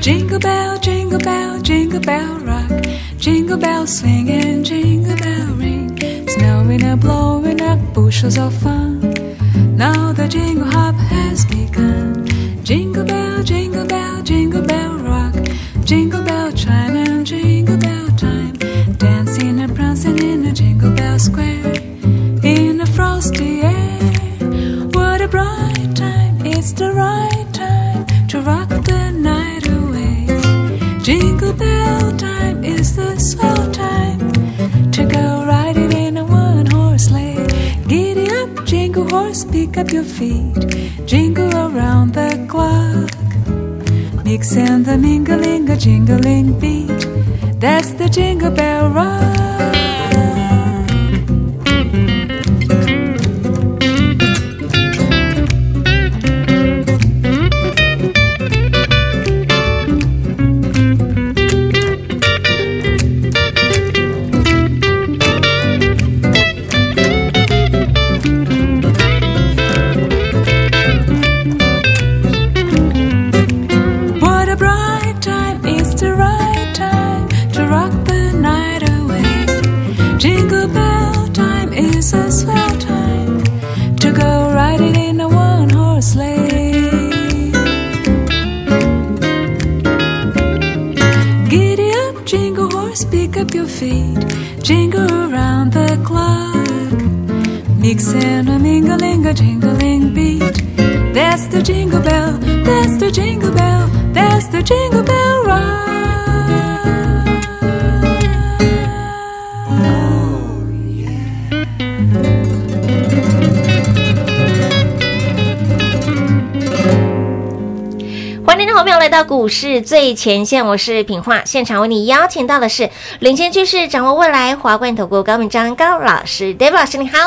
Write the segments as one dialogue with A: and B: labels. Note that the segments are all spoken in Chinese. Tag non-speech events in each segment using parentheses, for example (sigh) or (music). A: Jingle bell, jingle bell, jingle bell rock. Jingle bells swing and jingle bell ring. Snowing and blowing up bushels of fun. Now the jingle hop has begun. Jingle bell, jingle bell, jingle bell rock. Jingle bell chime and jingle bell time. Dancing and prancing in a jingle bell square. In a frosty air. What a bright time, it's the right time to rock the night away. Jingle bell time is the swell time to go riding in a one horse sleigh. Giddy up, jingle horse, pick up your feet, jingle around the clock. Mix and the mingling, a jingling beat. That's the jingle bell rock. What a bright time, it's the right time to rock the night away. Jingle bell time is a swell time to go riding in a one horse sleigh. Giddy up, jingle horse, pick up your feet, jingle around the clock. Mix and a mingling, a jingling beat. That's the jingle bell, that's the jingle bell, that's the jingle bell rock.
B: 欢迎听众朋友来到股市最前线，我是品化，现场为你邀请到的是领先趋势、掌握未来华冠投顾高敏章高老师，David 老师，你好。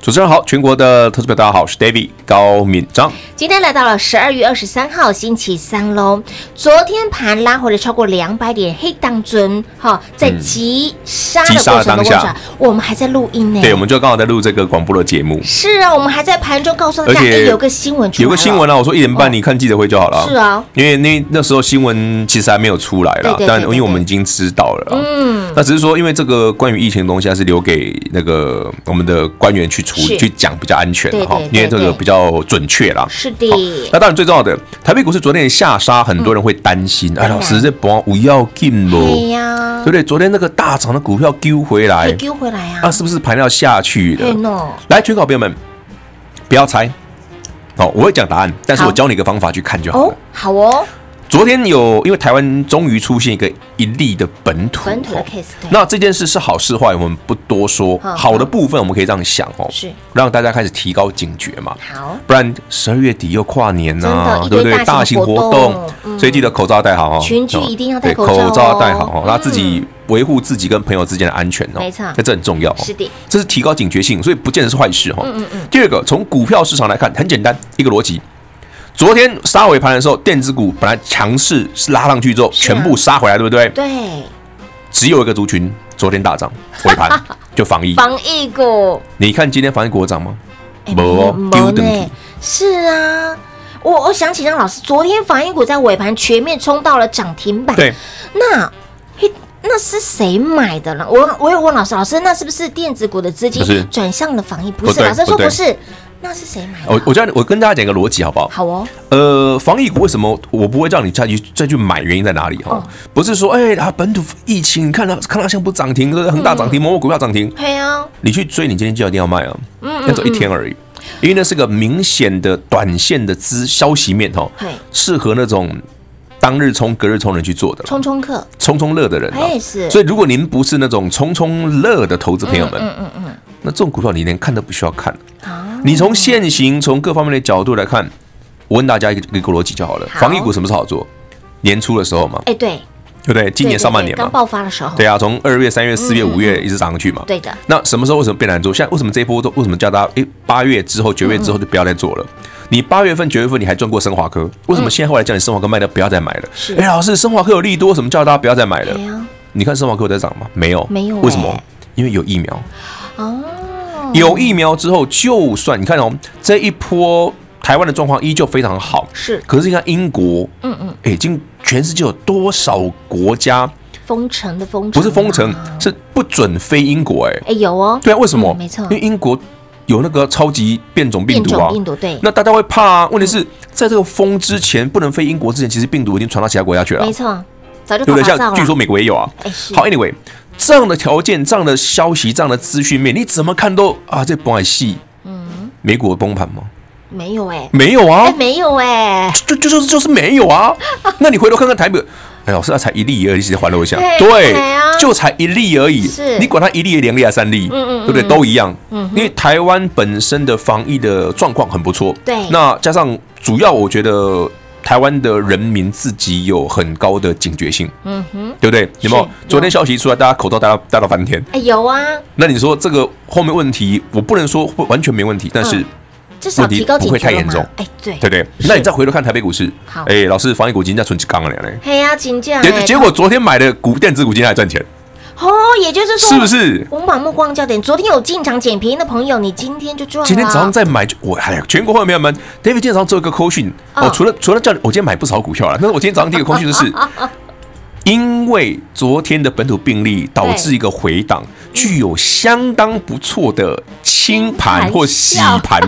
C: 主持人好，全国的投资者大家好，我是 David 高敏章。
B: 今天来到了十二月二十三号星期三喽。昨天盘拉回了超过两百点，黑当尊哈，在急杀的
C: 嗯急杀
B: 过
C: 的
B: 程
C: 当
B: 中，
C: 下
B: 我们还在录音呢。
C: 对，我们就刚好在录这个广播的节目，
B: 是啊，我们还在盘中告诉大家，
C: 而且
B: 哎有个新闻出来了
C: 有个新闻啊，我说一点
B: 哦
C: 半你看记者会就好了。
B: 是啊，
C: 因为那那时候新闻其实还没有出来啦
B: 对对对，
C: 但
B: 对
C: 因
B: 对
C: 为我们已经知道了啦。嗯，那只是说，因为这个关于疫情的东西，还是留给那个我们的官员去处
B: 是
C: 理、去讲比较安全啊
B: 对
C: 哈
B: 对对，
C: 因为这
B: 对
C: 个比较准确啦。
B: 是的
C: 好，那当然最重要的，台北股市昨天的下杀，很多人会担心，哎，
B: 当然
C: 老师这波不要进
B: 嗯哎
C: 喽，
B: 呀
C: 对不，对？昨天那个大涨的股票丢回来
B: 你，丢回来
C: 那
B: 啊，哎
C: 是不是盘要下去
B: 嘿
C: 了？
B: 喏，
C: 来，全考朋友们，不要猜。好、我会讲答案，但是
B: 好
C: 我教你一个方法去看就好了。
B: 哦，好哦，
C: 昨天有，因为台湾终于出现一个一例的本土
B: 本土的
C: 哦
B: case，对
C: 那这件事是好是坏，我们不多说。
B: 嗯
C: 好的部分我们可以这样想哦，
B: 是
C: 让大家开始提高警觉嘛。
B: 好，
C: 不然十二月底又跨年呐、
B: 真的一
C: 对
B: 堆
C: 不对？
B: 大
C: 大
B: 型
C: 型
B: 活动
C: 活动，
B: 嗯
C: 所以记得口罩戴好哦。
B: 群聚
C: 哦
B: 一定要戴
C: 对
B: 口
C: 口
B: 罩哦
C: 罩戴好哦，那
B: 嗯
C: 自己维护自己跟朋友之间的安全哦。
B: 没错
C: 那这很重要哦。
B: 是的，
C: 这是提高警觉性，所以不见得是坏事哈、哦。嗯嗯嗯。第二个，从股票市场来看，很简单，一个逻辑。昨天杀尾盘的时候，电子股本来强势是拉上去之后，
B: 是啊
C: 全部杀回来，对不对？
B: 对，
C: 只有一个族群昨天大涨，尾
B: (laughs)
C: 盘就防疫。
B: 防疫股。
C: 你看今天防疫股有涨吗？
B: 哎
C: 没哦
B: 没
C: 丢
B: 没
C: 回
B: 呢
C: 去，
B: 是啊。我我想起张老师，昨天防疫股在尾盘全面冲到了涨停板。
C: 对，
B: 那嘿，那是谁买的呢？我我有问老师，老师那是不是电子股的资
C: 不是
B: 金转向了防疫？不
C: 不
B: 是，
C: 对
B: 老师说
C: 不对哦
B: 不是，那是谁买的？
C: 我我教你，我跟大家讲一个逻辑好不好？
B: 好哦，
C: 呃，防疫股为什么我不会让你再去再去买？原因在哪里哈？
B: 哦
C: 不是说哎、啊，本土疫情，你看它看它像不涨停，对不对恒大涨
B: 嗯
C: 停，某某股票涨停，
B: 对啊，
C: 你去追，你今天就一定要卖啊，
B: 嗯
C: 要走一天而已，因为那是个明显的短线的资消息面哈
B: 嘿，
C: 适合那种当日冲、隔日冲人去做的啦，
B: 冲冲客，
C: 冲冲乐的人啊
B: 哎。是
C: 所以如果您不是那种冲冲乐的投资朋友们，那这种股票你连看都不需要看。
B: 嗯啊，
C: 你从现行从各方面的角度来看，我问大家一个一个逻辑就好了。
B: 好
C: 防疫股什么时候好做？年初的时候嘛，
B: 哎，对，
C: 对不对？今
B: 对对
C: 年上半
B: 对
C: 年
B: 刚
C: 嘛，
B: 爆嗯发的时候，
C: 对啊，从二月、三月、四月、五月一直涨上去嘛。
B: 对的，
C: 那什么时候为什么变难做？现在为什么这一波都为什么叫大家诶八月之后、九月之后就不要再做了？
B: 嗯
C: 你八月份、九月份你还赚过升华科，为什么现在后来叫你升华科卖掉不要再买了？
B: 是
C: 哎，老师，升华科有利多，为什么叫大家不要再买了
B: 对？啊呀，
C: 你看生化科有在涨吗？没有，
B: 嗯没有
C: 为什么
B: 欸？
C: 因为有疫苗，
B: 哦，
C: 有疫苗之后，就算你看哦，这一波台湾的状况依旧非常好，
B: 是，
C: 可是你看英国，
B: 嗯嗯，
C: 哎已经全世界有多少国家
B: 封城的封城，啊
C: 不是封城，是不准飞英国、哎，
B: 哎，有哦，
C: 对啊，为什么？
B: 嗯没错
C: 因为英国有那个超级变种病
B: 变
C: 毒
B: 种
C: 啊，
B: 病毒，嗯对，
C: 那大家会怕啊。问题是在这个封之前，不能飞英国之前，其实病毒已经传到其他国家去了啊，
B: 没错，早就
C: 对
B: 跑
C: 不对？
B: 发照
C: 像
B: 了，
C: 据说美国也有啊，
B: 哎是，
C: 好，Anyway，这样的条件、这样的消息、这样的资讯面，你怎么看都啊，这崩海戏，嗯，美股有崩盘吗？
B: 没有哎，
C: 没有啊
B: 哎，没有哎，
C: 就就就是就是没
B: (laughs)
C: 有啊。那你回头看看台北，哎，老师，那才一例而已，其实还了我一下，
B: 对
C: 对
B: 对啊，
C: 就才一例而已
B: 是，
C: 你管它一例、两例还是三例，
B: 嗯嗯嗯
C: 对不对？都一样，因为台湾本身的防疫的状况很不错，
B: 对
C: 那加上主要我觉得。台湾的人民自己有很高的警觉性，
B: 嗯哼，
C: 对不对？有没有
B: 是？
C: 昨天消息一出来，大家口罩戴到戴到翻天，
B: 哎有啊，
C: 那你说这个后面问题，我不能说会完全没问题，但是、
B: 嗯至少
C: 问题
B: 提高
C: 不
B: 警
C: 会
B: 觉
C: 太
B: 了
C: 严
B: 嘛
C: 重
B: 哎对
C: 对不，对？那你再回头看台北股市
B: 好，
C: 哎，老师，防疫股金在存几杠了嘞？
B: 嘿呀，请假
C: 结结果昨天买的股电子股今天还赚钱，
B: 哎哦，也就是说啊
C: 是不？是？
B: 我们把目光焦点，昨天有进场捡便宜的朋友，你今天就赚了。
C: 今天早上再买就，我哎呀，全国会员朋友们，David 今天早上做一个扣讯，
B: 嗯
C: 哦，除了除了叫你，我今天买不少股票了，但是我今天早上第一个扣讯就是，因为昨天的本土病例导致一个回档，具有相当不错的清盘或洗盘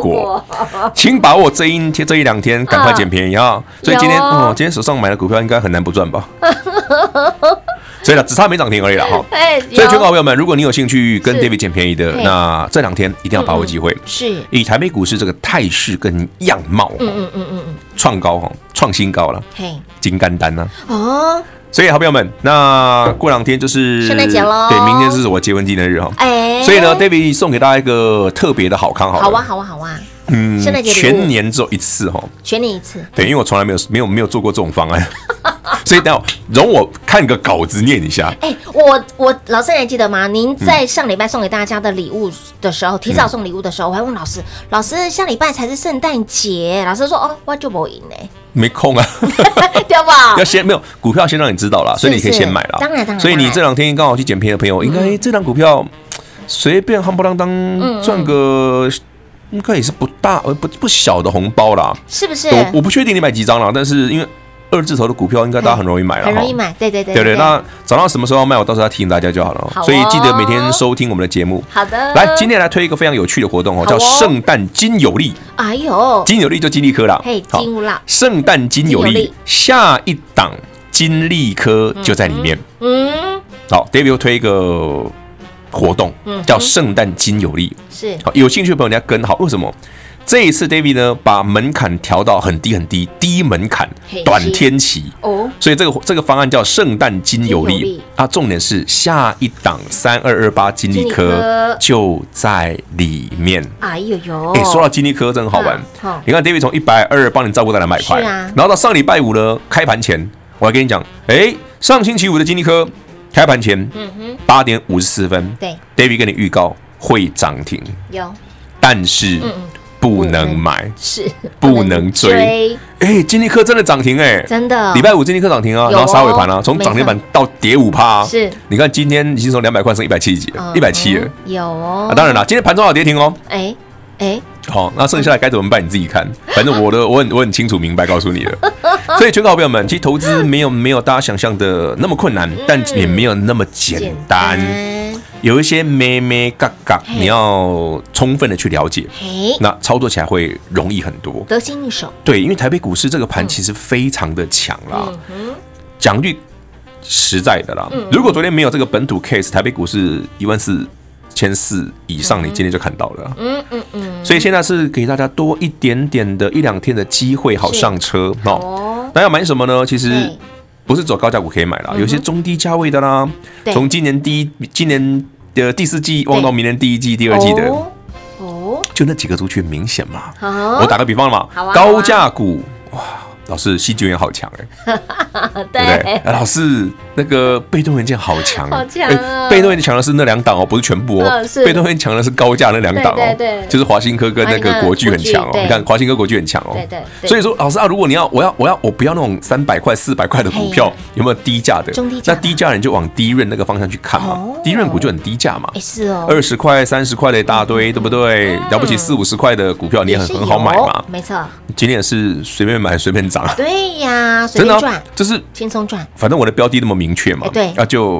B: (laughs)
C: 果， (laughs) 请把握这一天这一两天赶快捡便宜啊！所以今天
B: 有哦
C: 哦，今天手上买的股票应该很难不赚吧？ (laughs) 所以了，只差没涨停而已了哈。
B: 哎，
C: 所以，全
B: 有
C: 国好朋友们，如果你有兴趣跟
B: 是
C: David 捡便宜的
B: 嘿，嗯
C: 那这两天一定要把握机会。
B: 是，
C: 以台北股市这个态势跟样貌，
B: 嗯嗯嗯嗯嗯，
C: 创高哈，创新高了，
B: 嘿，
C: 金肝丹呐、啊
B: 哦，
C: 所以好朋友们，那过两天就是
B: 圣诞节喽
C: 对，明天是我结婚纪念日哈。哦
B: 哎，
C: 所以呢，David 送给大家一个特别的好康好了，
B: 好啊，好啊，好啊，
C: 嗯
B: 圣诞节礼物
C: 全年只有一次哈，
B: 选你一次，
C: 对，因为我从来没有没有没有做过这种方案， (laughs) 所以等下容我看个稿子念一下，
B: 哎，我我老师你还记得吗？您
C: 嗯
B: 在上礼拜送给大家的礼物的时候，提早送礼物的时候，我还问老师，老师下礼拜才是圣诞节，老师说哦，我就不赢 (laughs) 嘞，
C: 没空啊。
B: 对吧
C: 要？先没有股票先让你知道啦，
B: 是
C: 所以你可以先买啦。
B: 是当然当然嗯
C: 所以你这两天刚好去捡便宜的朋友，应该这张股票随便夯不啷当赚
B: 嗯
C: 个，应该也是不大呃不不小的红包啦。
B: (laughs) 是不是？
C: 我我不确定你买几张啦，但是因为二字头的股票应该大家很容易买了，
B: 很容易
C: 哈。
B: 买，对对对
C: 对对，那涨到什么时候要卖，我到时候要提醒大家就好了。
B: 好哦
C: 所以记得每天收听我们的节目。
B: 好的，
C: 来，今天来推一个非常有趣的活动
B: 好
C: 哦，
B: 哦
C: 叫圣诞金有利。
B: 哎呦，
C: 金有利就金利科啦。
B: 嘿，
C: 好
B: 金乌啦，
C: 圣诞金有
B: 金有
C: 利
B: 利，
C: 下一档金利科就在里面。
B: 嗯，
C: 好，David 又推一个活动
B: 嗯哼，
C: 叫圣诞金有利。
B: 是，
C: 好，有兴趣的朋友你要跟好，为什么？这一次 David 呢，把门槛调到很低很低，低门槛
B: 嘿，
C: 短天期。
B: 哦，
C: 所以这个这个方案叫圣诞金有
B: 金有
C: 利
B: 利
C: 啊，重点是下一档三二二八金利
B: 金利科
C: 科就在里面。
B: 哎呦呦，
C: 哎、说到金利科真好玩
B: 嗯，好
C: 你看 David 从一百二帮你照顾到两百块，
B: 是啊
C: 然后到上礼拜五呢，开盘前我还跟你讲，哎、上星期五的金利科开盘前
B: 嗯哼，
C: 八点五十四分，
B: 对，
C: ，David 跟你预告会涨停，
B: 有
C: 但是
B: 嗯
C: 不能买。
B: 是
C: 不能追，哎、金利科真的涨停哎、
B: 真的
C: 礼拜五金利科涨停啊，
B: 有
C: 然后杀
B: 哦
C: 尾盘啊，从涨停板到跌五趴啊。
B: 是，
C: 你看今天已经从两百块升一百七几了，一百七了
B: 嗯有哦
C: 啊。，当然啦，今天盘中有跌停哦，
B: 哎哎，
C: 好，那剩下来该怎么办？你自己看。反正我的，我很我很清楚明白告诉你 (laughs) 了。所以，全国好朋友们，其实投资没有没有大家想象的那么困难，但也没有那么嗯简单。有一些咩咩嘎嘎，
B: 嘿
C: 你要充分的去了解，
B: 嘿，
C: 那操作起来会容易很多。
B: 得心应手，
C: 对，因为台北股市这个盘其实非常的强啦，
B: 嗯哼，嗯
C: 讲句实在的啦，如果昨天没有这个本土 case，台北股市一万四千四以上，你今天就看到了啊。
B: 嗯嗯嗯，
C: 所以现在是给大家多一点点的一两天的机会，好
B: 是
C: 上车哦。
B: 哦，
C: 那要买什么呢？其实
B: 对嗯
C: 不是走高价股可以买啦，有些中低价位的啦
B: 对。
C: 从今年第一、今年的第四季望到明年第一季、第二季的，
B: 哦嗯哦，
C: 就那几个族群明显嘛。
B: 好，
C: 我打个比方嘛
B: 啊好啊，
C: 高价股哇，老师细菌也好强哎、对不对？
B: 对，哎
C: 啊老师，那个被动元件好强，
B: 好强哦
C: 哎被动元件强的是那两档哦，不是全部哦
B: 嗯是。
C: 被动元件强的是高价那两档哦
B: 对，对对
C: 就是华新科跟那
B: 华新
C: 个
B: 科
C: 国巨很强
B: 国
C: 哦
B: 巨。对
C: 你看华新科国巨很强哦。
B: 对对对
C: 所以说，老师啊，如果你要，我要，我要，我不要那种三百块、四百块的股
B: 嘿
C: 票
B: 呀，
C: 有没有低价的？
B: 中低价
C: 那低价你就往低润那个方向去看嘛
B: 哦，
C: 低润股就很低价嘛
B: 哎。是哦，
C: 二十块、三十块的一大堆，对不对？
B: 嗯
C: 了不起四五十块的股票，你也很
B: 也是
C: 很好买
B: 有
C: 嘛。
B: 没错，
C: 今天也是随便买随便涨啊，
B: 对呀，随
C: 真的
B: 便赚，
C: 啊就是
B: 轻松赚，
C: 反正我的标的那么明确嘛
B: 哎，对
C: 那就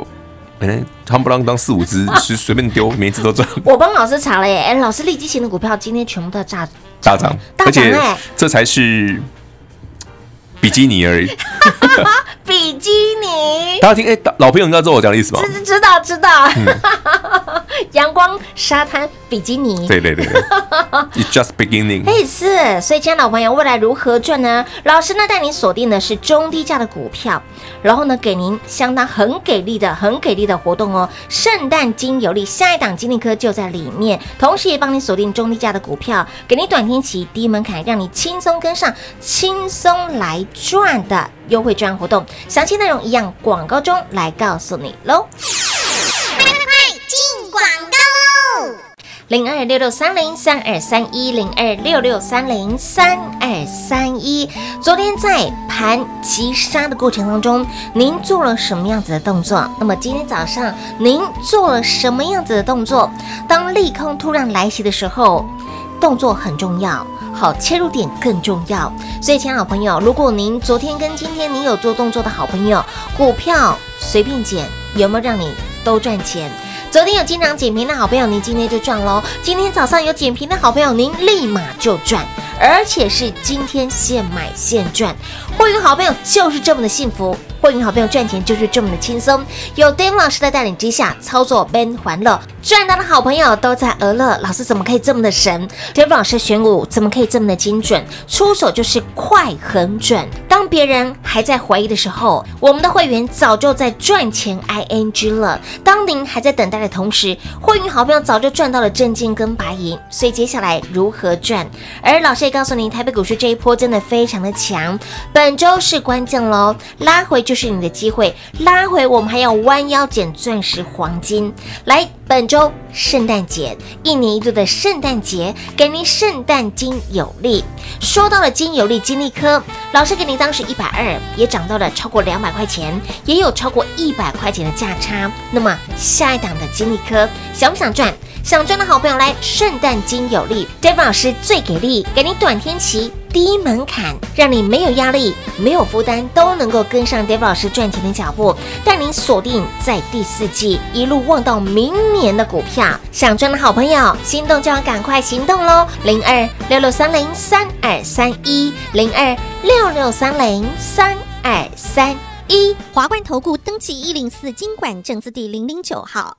C: 可能夯不啷当四五只，随随便丢，每一只都赚
B: 我帮老师查了耶，哎，老师立基型的股票今天全部都炸
C: 大涨，
B: 大
C: 而
B: 涨
C: 且
B: 哎，
C: 这才是比基
B: (laughs)
C: 尼而已。
B: 比基尼，
C: 大家听，哎，大嗯老朋友应该知道我讲的意思吧？
B: 知知道知道， (laughs) 阳光沙滩比基尼，
C: 对对
B: (laughs)
C: 对对，It's just beginning。
B: 哎，是，所以，亲爱的老朋友，未来如何赚呢？老师呢带您锁定的是中低价的股票，然后呢给您相当很给力的、很给力的活动哦。圣诞金有利，下一档金利科就在里面，同时也帮你锁定中低价的股票，给您短天期低门槛，让你轻松跟上，轻松来赚的优惠专案活动。详细内容一样广告中来告诉你喽。零二六六三零三二三一零二六六三零三二三一。昨天在盘急杀的过程当中，您做了什么样子的动作？那么今天早上您做了什么样子的动作？当利空突然来袭的时候，动作很重要，好切入点更重要。所以，亲爱的好朋友，如果您昨天跟今天您有做动作的好朋友，股票随便捡，有没有让你都赚钱？昨天有经常减平的好朋友，您今天就赚喽；今天早上有减平的好朋友，您立马就赚，而且是今天现买现赚。会员好朋友就是这么的幸福，会员好朋友赚钱就是这么的轻松。有 Dave 老师的带领之下，操作 Ben 欢乐，赚到的好朋友都在俄乐。老师怎么可以这么的神？Dave 老师选股怎么可以这么的精准？出手就是快很准。当别人还在怀疑的时候，我们的会员早就在赚钱 ing 了。当您还在等待的同时，会员好朋友早就赚到了正金跟白银。所以接下来如何赚？而老师也告诉您，台北股市这一波真的非常的强，本周是关键喽，拉回就是你的机会，拉回我们还要弯腰捡钻石、黄金。来，本周圣诞节，一年一度的圣诞节，给您圣诞金有利。说到了金有利金利科，老师给您当时一百二，也涨到了超过两百块钱，也有超过一百块钱的价差。那么下一档的金利科，想不想赚？想赚的好朋友来，圣诞金有利，David 老师最给力，给你短天期。低门槛，让你没有压力、没有负担，都能够跟上 David 老师赚钱的脚步，带您锁定在第四季，一路望到明年的股票。想赚的好朋友，心动就要赶快行动喽！零二六六三零三二三一，零二六六三零三二三一。
D: 华冠投顾登记一零四经管证字第零零九号。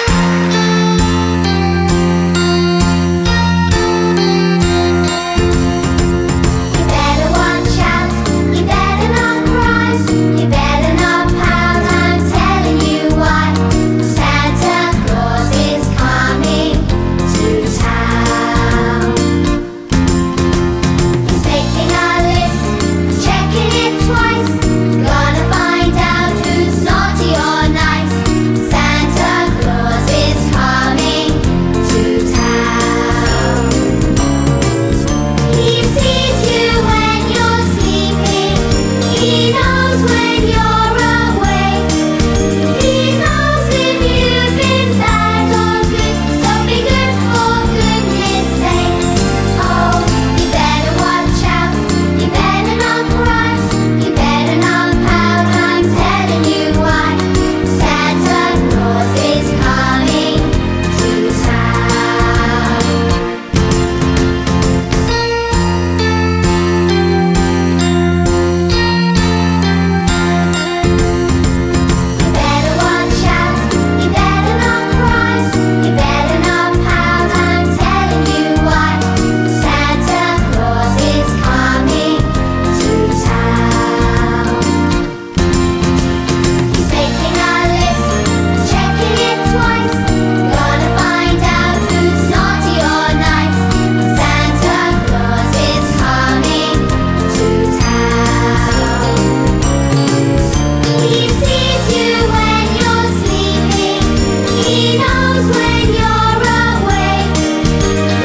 E: You better watch out. You better not cry. You better not pout. I'm telling you why. Santa Claus is coming to town. He's making a list, checking it twice. Gonna find out who's naughty or nice. Santa Claus is coming to town. He sees you when you're sleeping. He knows when you're awake. He knows if you've been bad or good. So be good for goodness sake. Oh, you better watch out. You better not cry. You better not pout. I'm telling you why. Santa Claus is coming to town. You better watch out. You better not cry. You better not pout. I'm telling you why. Santa Claus is coming to town. He's making a list, checking it twice. Gonna find out who's naughty or nice. Santa Claus is coming to town. He sees you when you're sleeping. He knows when you're awake.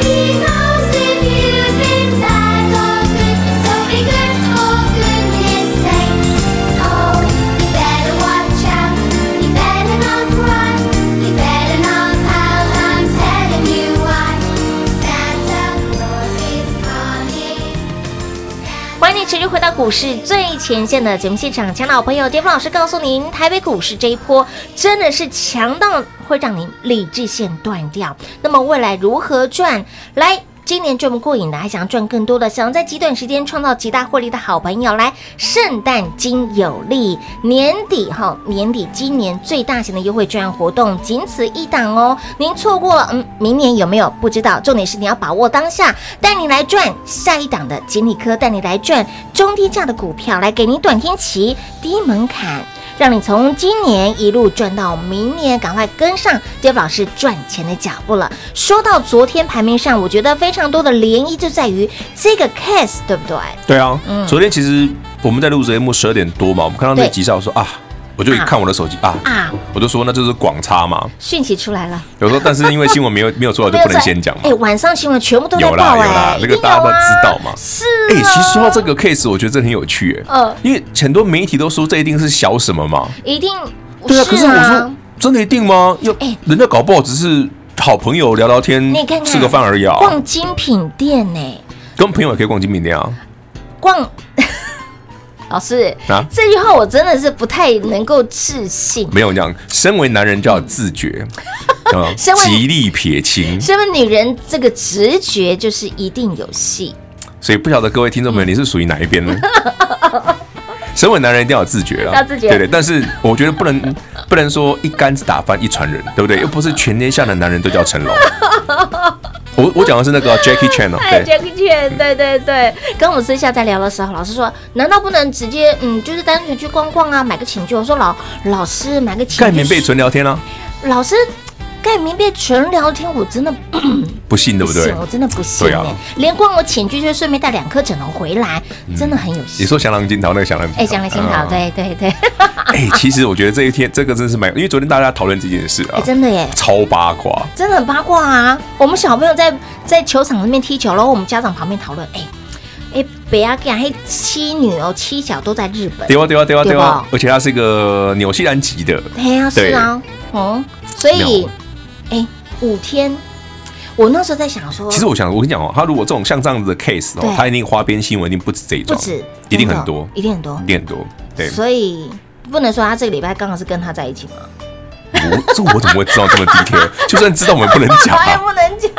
E: He knows if you've been bad or good. So be good for goodness sake. Oh, you better watch out. You better not cry. You better not pout. I'm telling you why. Santa Claus is coming.
B: 欢迎你持续回到股市最前线的节目现场，强老朋友杰夫老师告诉您，台北股市这一波真的是强到会让您理智线断掉。那么未来如何赚？来。今年赚不过瘾的，还想赚更多的，想在极短时间创造极大获利的好朋友，来圣诞金有利，年底哈，年底今年最大型的优惠专案活动，仅此一档哦。您错过了，嗯，明年有没有不知道？重点是你要把握当下，带你来赚下一档的锦鲤科，带你来赚中低价的股票，来给您短天期低门槛。让你从今年一路赚到明年，赶快跟上 Dave 老师赚钱的脚步了。说到昨天排名上，我觉得非常多的涟漪就在于这个 case，对不对？
C: 对啊，
B: 嗯
C: 昨天其实我们在录节目十二点多嘛，我们看到那
B: 对
C: 集上说啊，我就一看我的手机啊，
B: 啊，
C: 我就说那就是广差嘛。
B: 讯息出来了，
C: 有时候，但是因为新闻没有没
B: (laughs)
C: 有出来，哦就不能先讲嘛
B: 哎、。晚上新闻全部都在
C: 有
B: 报
C: 啦有
B: 哎、
C: 啦，这个
B: 一定
C: 大家
B: 有
C: 都
B: 啊
C: 知道嘛。
B: 是
C: 哎，其实说到这个 case，我觉得这很有趣哎
B: 啊嗯，
C: 因为很多媒体都说这一定是小什么嘛。
B: 一定
C: 对啊，可是我说
B: 啊
C: 真的一定吗？要
B: 哎
C: 人家搞不好只是好朋友聊聊天
B: 你看看，
C: 吃个饭而已啊，
B: 逛精品店呢、
C: 跟朋友也可以逛精品店啊。
B: 逛。老师，
C: 啊嗯
B: 这句话我真的是不太能够置信。
C: 没有这样，身为男人就要自觉，
B: (laughs)
C: 啊，
B: 身为
C: 极力撇清。
B: 是不是女人这个直觉就是一定有戏？
C: 所以不晓得各位听
B: 嗯
C: 众朋友，你是属于哪一
B: (laughs)
C: 边呢？身为男人一定要有自觉啦，啊
B: 要自觉
C: 对对。但是我觉得不能不能说一竿子打翻一船人，对不对？又不是全天下的男人都叫成龙。我我讲的是那个 Jackie Chan
B: (laughs)
C: 哦，
B: 哎
C: 对，
B: ，Jackie Chan，对对对，跟我们私下在聊的时候，老师说，难道不能直接嗯，就是单纯去逛逛啊，买个寝具？我说老老师买个寝具，
C: 盖棉被纯聊天啊，
B: 老师盖棉被纯聊天，我真的不
C: 不信对不对
B: 行，？我真的不信、
C: 对
B: 哎，
C: 啊
B: 连逛我寝具就顺便带两颗枕头回来，真的很有戏。
C: 嗯你说《降啊狼金桃》那个《降狼》？
B: 哎，讲的挺好，。对对对，
C: 哎，其实我觉得这一天这个真是蛮，因为昨天大家讨论这件事啊
B: 哎，，真的耶。
C: 超八卦。
B: 真的很八卦啊！我们小朋友在在球场那边踢球，然后我们家长旁边讨论，哎、哎，北亚给黑七女哦，七小都在日本，
C: 对啊，对啊，对啊，
B: 对
C: 对
B: 吧
C: 啊！而且他是个纽西兰籍的，
B: 哎呀、是啊，哦、所以
C: 没有
B: 哎、五天，我那时候在想说，
C: 其实我想，我跟你讲哦，他如果这种像这样子的 case 哦
B: 嗯对，
C: 他一定花边新闻一定不止这一
B: 不
C: 桩，
B: 止，
C: 一定
B: 真的
C: 很多，
B: 一定很多
C: 一，定很多。对，
B: 所以不能说他这个礼拜刚好是跟他在一起嘛，
C: 我这我怎么会知道这么
B: (laughs)
C: detail？就算知道，我们不能讲
B: 哎，
C: 啊，
B: 不能讲，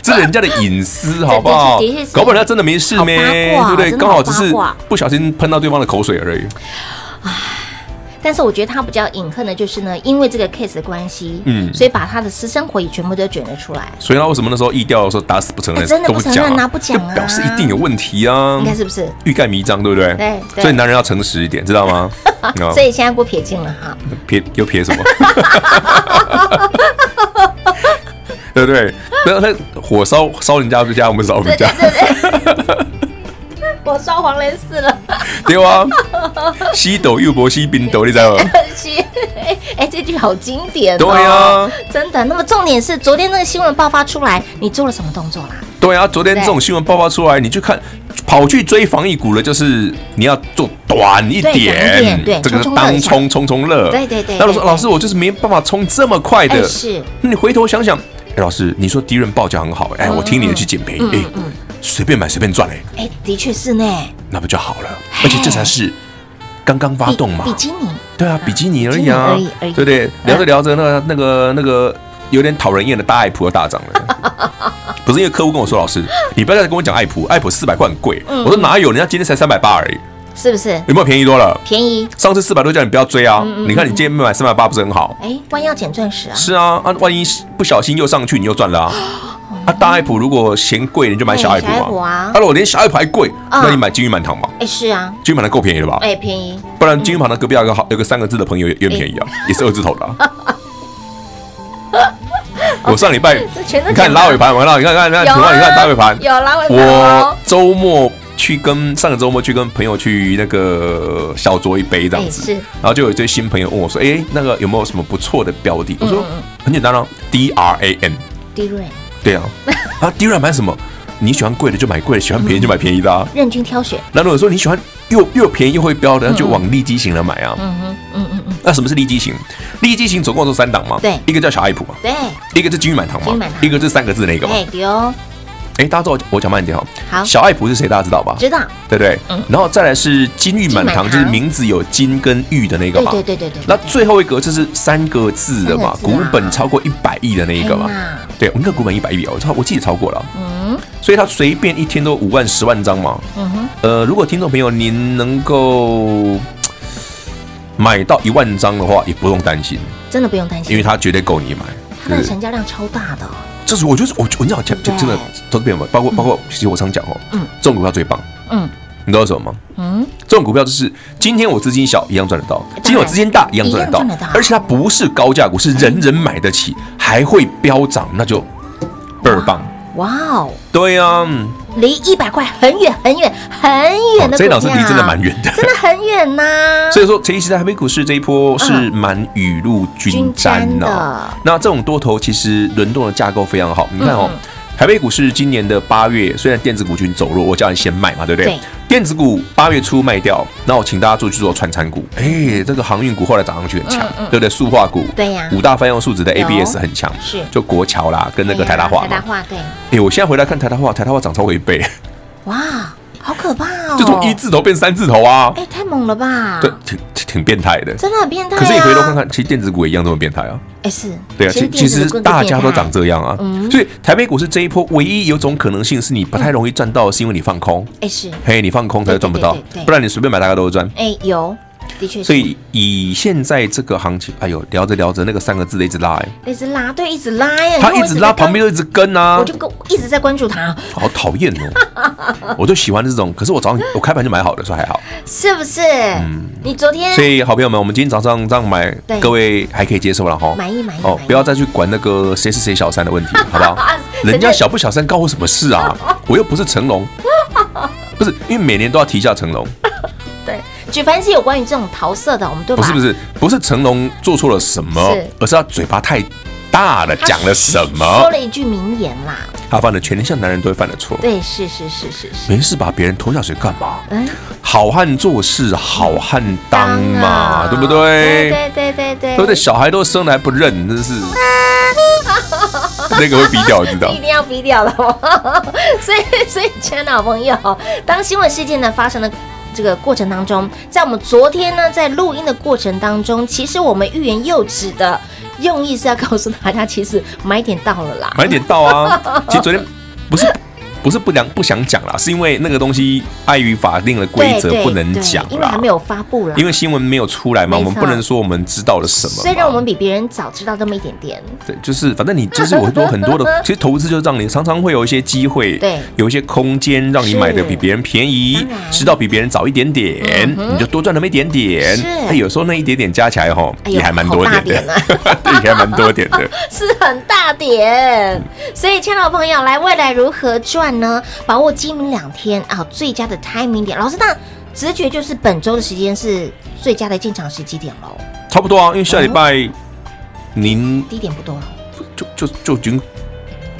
C: 这人家的隐私，好不好
B: 这的确是？
C: 搞不好人家真的没事咩，
B: 好八卦
C: 对不对？
B: 真的
C: 刚
B: 好
C: 好只
B: 八
C: 是
B: 卦
C: 不小心喷到对方的口水而已。
B: 但是我觉得他比较隐恨的就是呢，因为这个 case 的关系，
C: 嗯
B: 所以把他的私生活也全部都卷了出来。
C: 所以他为什么那时候议调说打死不承认，
B: 哎真的
C: 都
B: 不承
C: 讲、
B: 认
C: 啊，
B: 啊不讲啊
C: 就表示一定有问题啊
B: 你，看是不是？
C: 欲盖弥彰，对不对？
B: 对对
C: 所以男人要诚实一点，知
B: (laughs)
C: 道吗？啊
B: 所以现在不撇清了哈，
C: 撇又撇什么？ (laughs) 对不对？那那火烧烧人家不家，我们烧我
B: 对
C: 们
B: 对
C: 家，
B: 对对，我烧黄连寺了，
C: (laughs) 对啊。西斗又博西冰斗，你知
B: (laughs)
C: 道吗？
B: 是哎哎，这句好经典、哦，
C: 对啊，
B: 真的。那么重点是，昨天那个新闻爆发出来，你做了什么动作啦？
C: 对啊，昨天这种新闻爆发出来，你去看，跑去追防疫股了，就是你要做短一
B: 对短一
C: 点
B: 点，对
C: 这个是
B: 冲冲乐
C: 当
B: 一下
C: 冲冲冲乐。
B: 对对对
C: 那老师，
B: 对对
C: 老师，我就是没办法冲这么快
B: 哎
C: 的。
B: 是
C: 那你回头想想，哎，老师，你说敌人报价很好，哎，我
B: 嗯
C: 听你的去减赔，哎，随便买随便赚，哎，
B: 哎，的确是呢，
C: 那不就好了？而且这才是刚刚发
B: 比
C: 动嘛
B: 比，基尼，
C: 对啊，比基尼而已啊
B: 比基尼而已而已，
C: 对不对？聊着聊着，那个那个那个有点讨人厌的大爱普又大涨了。 (laughs) 不是因为客户跟我说，老师，你不要再跟我讲爱普，爱普四百块很贵。
B: 嗯
C: 我说哪有，人家今天才三百八而已，
B: 是不是
C: 有没有便宜多了？
B: 便宜？
C: 上次四百多叫你不要追
B: 嗯
C: 啊，你看你今天买三百八不是很好？
B: 哎，弯腰捡钻石啊，
C: 是啊，啊，万一不小心又上去，你又赚了啊。啊，大爱普如果嫌贵，你就买小爱普
B: 哦哎小爱普
C: 啊
B: 啊。
C: 如果连小爱普还贵，
B: 啊
C: 那你买金玉满堂吧。
B: 哎是啊，
C: 金玉满堂够便宜了吧？
B: 哎便宜，
C: 不然金玉堂的隔壁有个好有个三个字的朋友也也很便宜啊，
B: 哎
C: 也是二字头
B: (laughs)
C: 的啊。我上礼拜
B: 哦这全都
C: 你看
B: 讲
C: 拉
B: 完
C: 尾盘，我看到你看看
B: 有
C: 看，你
B: 啊
C: 看你看拉尾盘，
B: 有拉尾盘
C: 我
B: 哦
C: 周末去跟上个周末去跟朋友去那个小酌一杯这样
B: 哎
C: 子，
B: 是
C: 然后就有一堆新朋友问我说，哎，那个有没有什么不错的标
B: 嗯
C: 的？我说很简单啊，D R A M，
B: 低瑞
C: 对
B: (laughs)
C: 啊，啊 D R A M 买什么？你喜欢贵的就买贵的，喜欢便宜就买便宜的啊。
B: 任君挑选，
C: 那如果说你喜欢又又便宜又会标的，那就往利基型来买啊。
B: 嗯哼，嗯嗯嗯，
C: 那什么是利基型？利基型总共就三档嘛，
B: 对
C: 一个叫小爱普嘛，
B: 对，
C: 一个是金玉满堂
B: 金玉
C: 嘛
B: 满，堂
C: 一个是三个字那个嘛。
B: 哎丢、
C: 哎，大家知道我讲慢一点哈。
B: 好
C: 小爱普是谁？大家知道吧？
B: 知道，
C: 对不对？然后再来是金玉满
B: 金满
C: 堂，
B: 堂
C: 就是名字有金跟玉的那个
B: 对
C: 嘛。
B: 对对对对，
C: 那最后一格就是三个字的嘛，
B: 三
C: 股
B: 个字啊
C: 本超过一百亿的那一个嘛
B: 天哪。
C: 对，我们那个股本一百亿哦，我超我记得超过了。
B: 嗯
C: 所以它随便一天都五万、十万张嘛。
B: 嗯哼，
C: 呃，如果听众朋友您能够买到一万张的话，也不用担心。
B: 真的不用担
C: 因
B: 心，
C: 为它绝对够你买。
B: 它那
C: 就
B: 个
C: 是
B: 成交量超大的哦、
C: 这是我就是我我跟你讲，讲
B: 对
C: 真的，投资朋友们，包括包括，其实我常讲哦，
B: 嗯
C: 这种股票最棒，
B: 嗯
C: 你知道为什么吗？
B: 嗯，
C: 这种股票就是今天我资金小一样赚得到，今天我资金大一样赚得到
B: 一样赚得到，
C: 而且它不是高价股，是人人买得起，还会飙涨，那就倍儿棒。
B: 哇哦，
C: 对呀、嗯
B: 离一百块很远很远很远的、股
C: 哦这一档是
B: 票
C: 离真的蛮远的。
B: 真的很远呐、
C: 所以说，前一期在台北股市这一波是蛮雨露均沾
B: 均沾
C: 呐、
B: 的
C: 那这种多头其实轮动的架构非常好，你看哦。
B: 嗯
C: 台北股市今年的八月，虽然电子股群走弱，我叫你先卖嘛，对不对？
B: 对
C: 电子股八月初卖掉，那我请大家做去做传产股，哎、这个航运股后来涨上去很强，对不对？塑化股，
B: 嗯对呀
C: 五大泛用数值的 ABS
B: 有
C: 很强，
B: 是
C: 就国桥啦，跟那个
B: 对呀
C: 台达化
B: 台达
C: 嘛。哎、
B: 化对，
C: 我现在回来看台达化，台达化涨超过一倍，
B: 哇，好可怕哦！
C: (laughs) 就从一字头变三字头啊，
B: 哎、太猛了吧？
C: 对，挺挺挺变态的。
B: 真的很变态、啊。
C: 可是你回头看，看，其实电子股也一样这么变态啊。
B: 哎、是，
C: 对啊，其
B: 先
C: 其
B: 电子
C: 实
B: 的棍子
C: 大
B: 变
C: 家都
B: 态嗯
C: 长。这样啊，所以台北股市这一波唯一有种可能性是你不太容易赚到，是因为你放空，
B: 哎、是，
C: 嘿，你放空才会赚不到
B: 对对对对，对
C: 不然你随便买大概都会赚。
B: 哎、有，的确是。
C: 所以以现在这个行情，哎呦，聊着聊着那个三个字的一直拉、哎，
B: 一直拉，对，一直拉呀，
C: 它
B: 你看
C: 一
B: 哎我
C: 直
B: 在
C: 拉，
B: 跟
C: 旁边又一直跟啊
B: 我，就跟一直在关注啊它，
C: 好讨厌哦，我就喜欢这种，可是我早上我开盘就买好的，所以还好。
B: 是不是？你昨天
C: 嗯所以好朋友们，我们今天早上这样买
B: 嗯对，
C: 各位还可以接受了哈，
B: 满意满意
C: 哦
B: 满，意
C: 不要再去管那个谁是谁小三的问题，好不好？
B: (laughs) 谁
C: 人家
B: 是
C: 小不小三关我什么
B: (laughs)
C: 事啊？我又不是成龙，不是因为每年都要提一下成龙，
B: 对，举凡是有关于这种桃色的，我们对
C: 不
B: 吧？
C: 是不是不是成龙做错了什么
B: 是，
C: 而是他嘴巴太大了，
B: 他
C: 讲了什么
B: 说，了一句名言啦，
C: 他犯了全天下男人都会犯的错。
B: 对，是是是是是，
C: 没事把别人拖下水干嘛？
B: 嗯，
C: 好汉做事好汉当嘛，
B: 当啊
C: 对不
B: 对对对对对，
C: 对不对？小孩都生来不认，真是那个会逼掉，你知道
B: 一？定要逼掉了， (laughs) 所以所以，亲爱的好朋友，当新闻事件呢发生的这个过程当中，在我们昨天呢在录音的过程当中，其实我们欲言又止的用意是要告诉大家，其实买点到了啦，
C: 买点到啊！其实昨天不是。不不是不良不想讲啦，是因为那个东西碍于法定的规则
B: 对对
C: 不能
B: 对
C: 讲啦，
B: 因为还没有发布啦。
C: 因为新闻没有出来嘛，
B: 没
C: 我
B: 错
C: 们不能说我们知道了什么嘛。
B: 虽然我们比别人早知道这么一点点，
C: 对，就是反正你就是有很多很
B: (laughs)
C: 多的，其实投资就是让你常常会有一些机会，
B: 对
C: 有一些空间让你
B: 是
C: 买的比别人便宜
B: 当，然
C: 吃到比别人早一点点，你就多赚那么一点点。
B: 嗯是
C: 哎，有时候那一点点加起来吼，
B: 哎呦
C: 也还蛮多点的 (laughs)
B: 好，啊
C: 对，也还蛮多点的。
B: (laughs) 是很大点。所以，亲爱的朋友，来未来如何赚呢？把握今明两天啊，最佳的 timing 点。老师，那直觉就是本周的时间是最佳的进场时机点喽，
C: 差不多啊，因为下礼拜您
B: 低点不多了。
C: 就就就已经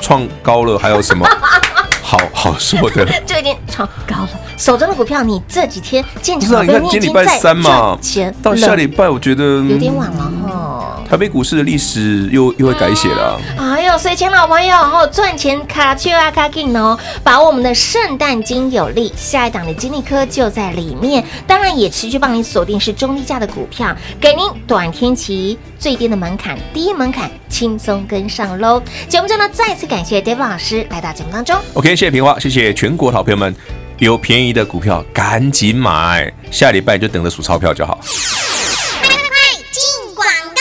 C: 创高了，还有什么 (laughs) 好好说的？
B: (laughs) 就已经创高了。手中的股票，你这几天进
C: 不
B: 场
C: 是
B: 宝贝，
C: 啊，你看
B: 你已
C: 今天
B: 经
C: 礼拜
B: 在
C: 三嘛
B: 赚钱，
C: 到下
B: 了
C: 礼拜我觉得嗯
B: 有点晚了哈。
C: 台北股市的历史又又会改写了啊、
B: 哎呦，所以亲老朋友哦，赚钱卡丘啊卡进哦，把我们的圣诞金有利下一档的金利科就在里面，当然也持续帮你锁定是中低价的股票，给您短天期最低的门槛，低门槛轻松跟上喽。节目中呢，再次感谢 David 老师来到节目当中。
C: OK，谢谢平花，谢谢全国好朋友们，有便宜的股票赶紧买，下礼拜就等着数钞票就好。
F: 进广告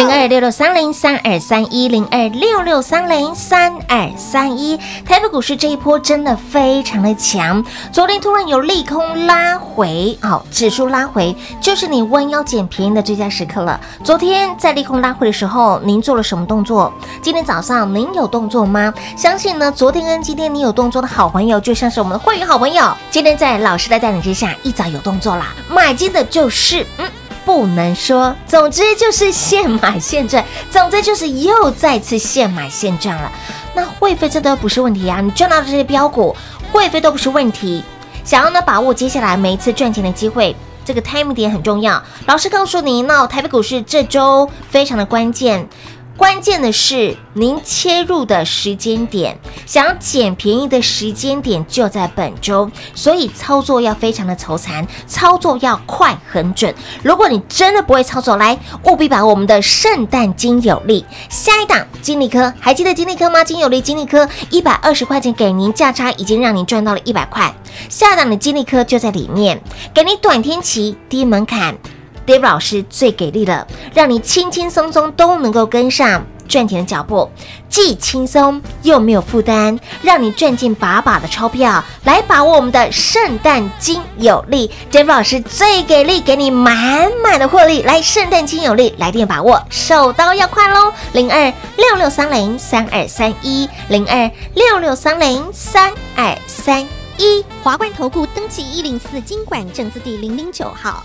B: 零二六六三零三二三一零二六六三零三二三一。台北股市这一波真的非常的强，昨天突然有利空拉回，好、指数拉回就是你弯腰捡便宜的最佳时刻了。昨天在利空拉回的时候，您做了什么动作？今天早上您有动作吗？相信呢，昨天跟今天你有动作的好朋友，就像是我们的会员好朋友，今天在老师的带领之下，一早有动作啦，买进的就是嗯。不能说。总之就是现买现赚，总之就是又再次现买现赚了。那会费真的不是问题啊，你赚到这些标股，会费都不是问题。想要呢把握接下来每一次赚钱的机会。这个 time 点很重要，老师告诉您呢，台北股市这周非常的关键，关键的是您切入的时间点，想要捡便宜的时间点就在本周，所以操作要非常的愁残，操作要快很准。如果你真的不会操作，来务必把我们的圣诞金有力下一档金利科，还记得金利科吗？金有力金利科一百二十块钱给您价差，已经让您赚到了一百块，下一档的金利科就在里面，给你短天期低门槛。Dave 老师最给力了，让你轻轻松松都能够跟上赚钱的脚步，既轻松又没有负担，让你赚进把把的钞票，来把握我们的圣诞金有利。Dave 老师最给力，给你满满的获利。来，圣诞金有利，来电把握，手刀要快喽！零二六六三零三二三一，零二六六三零三二三一。
D: 华冠投顾登记一零四经管证字第零零九号。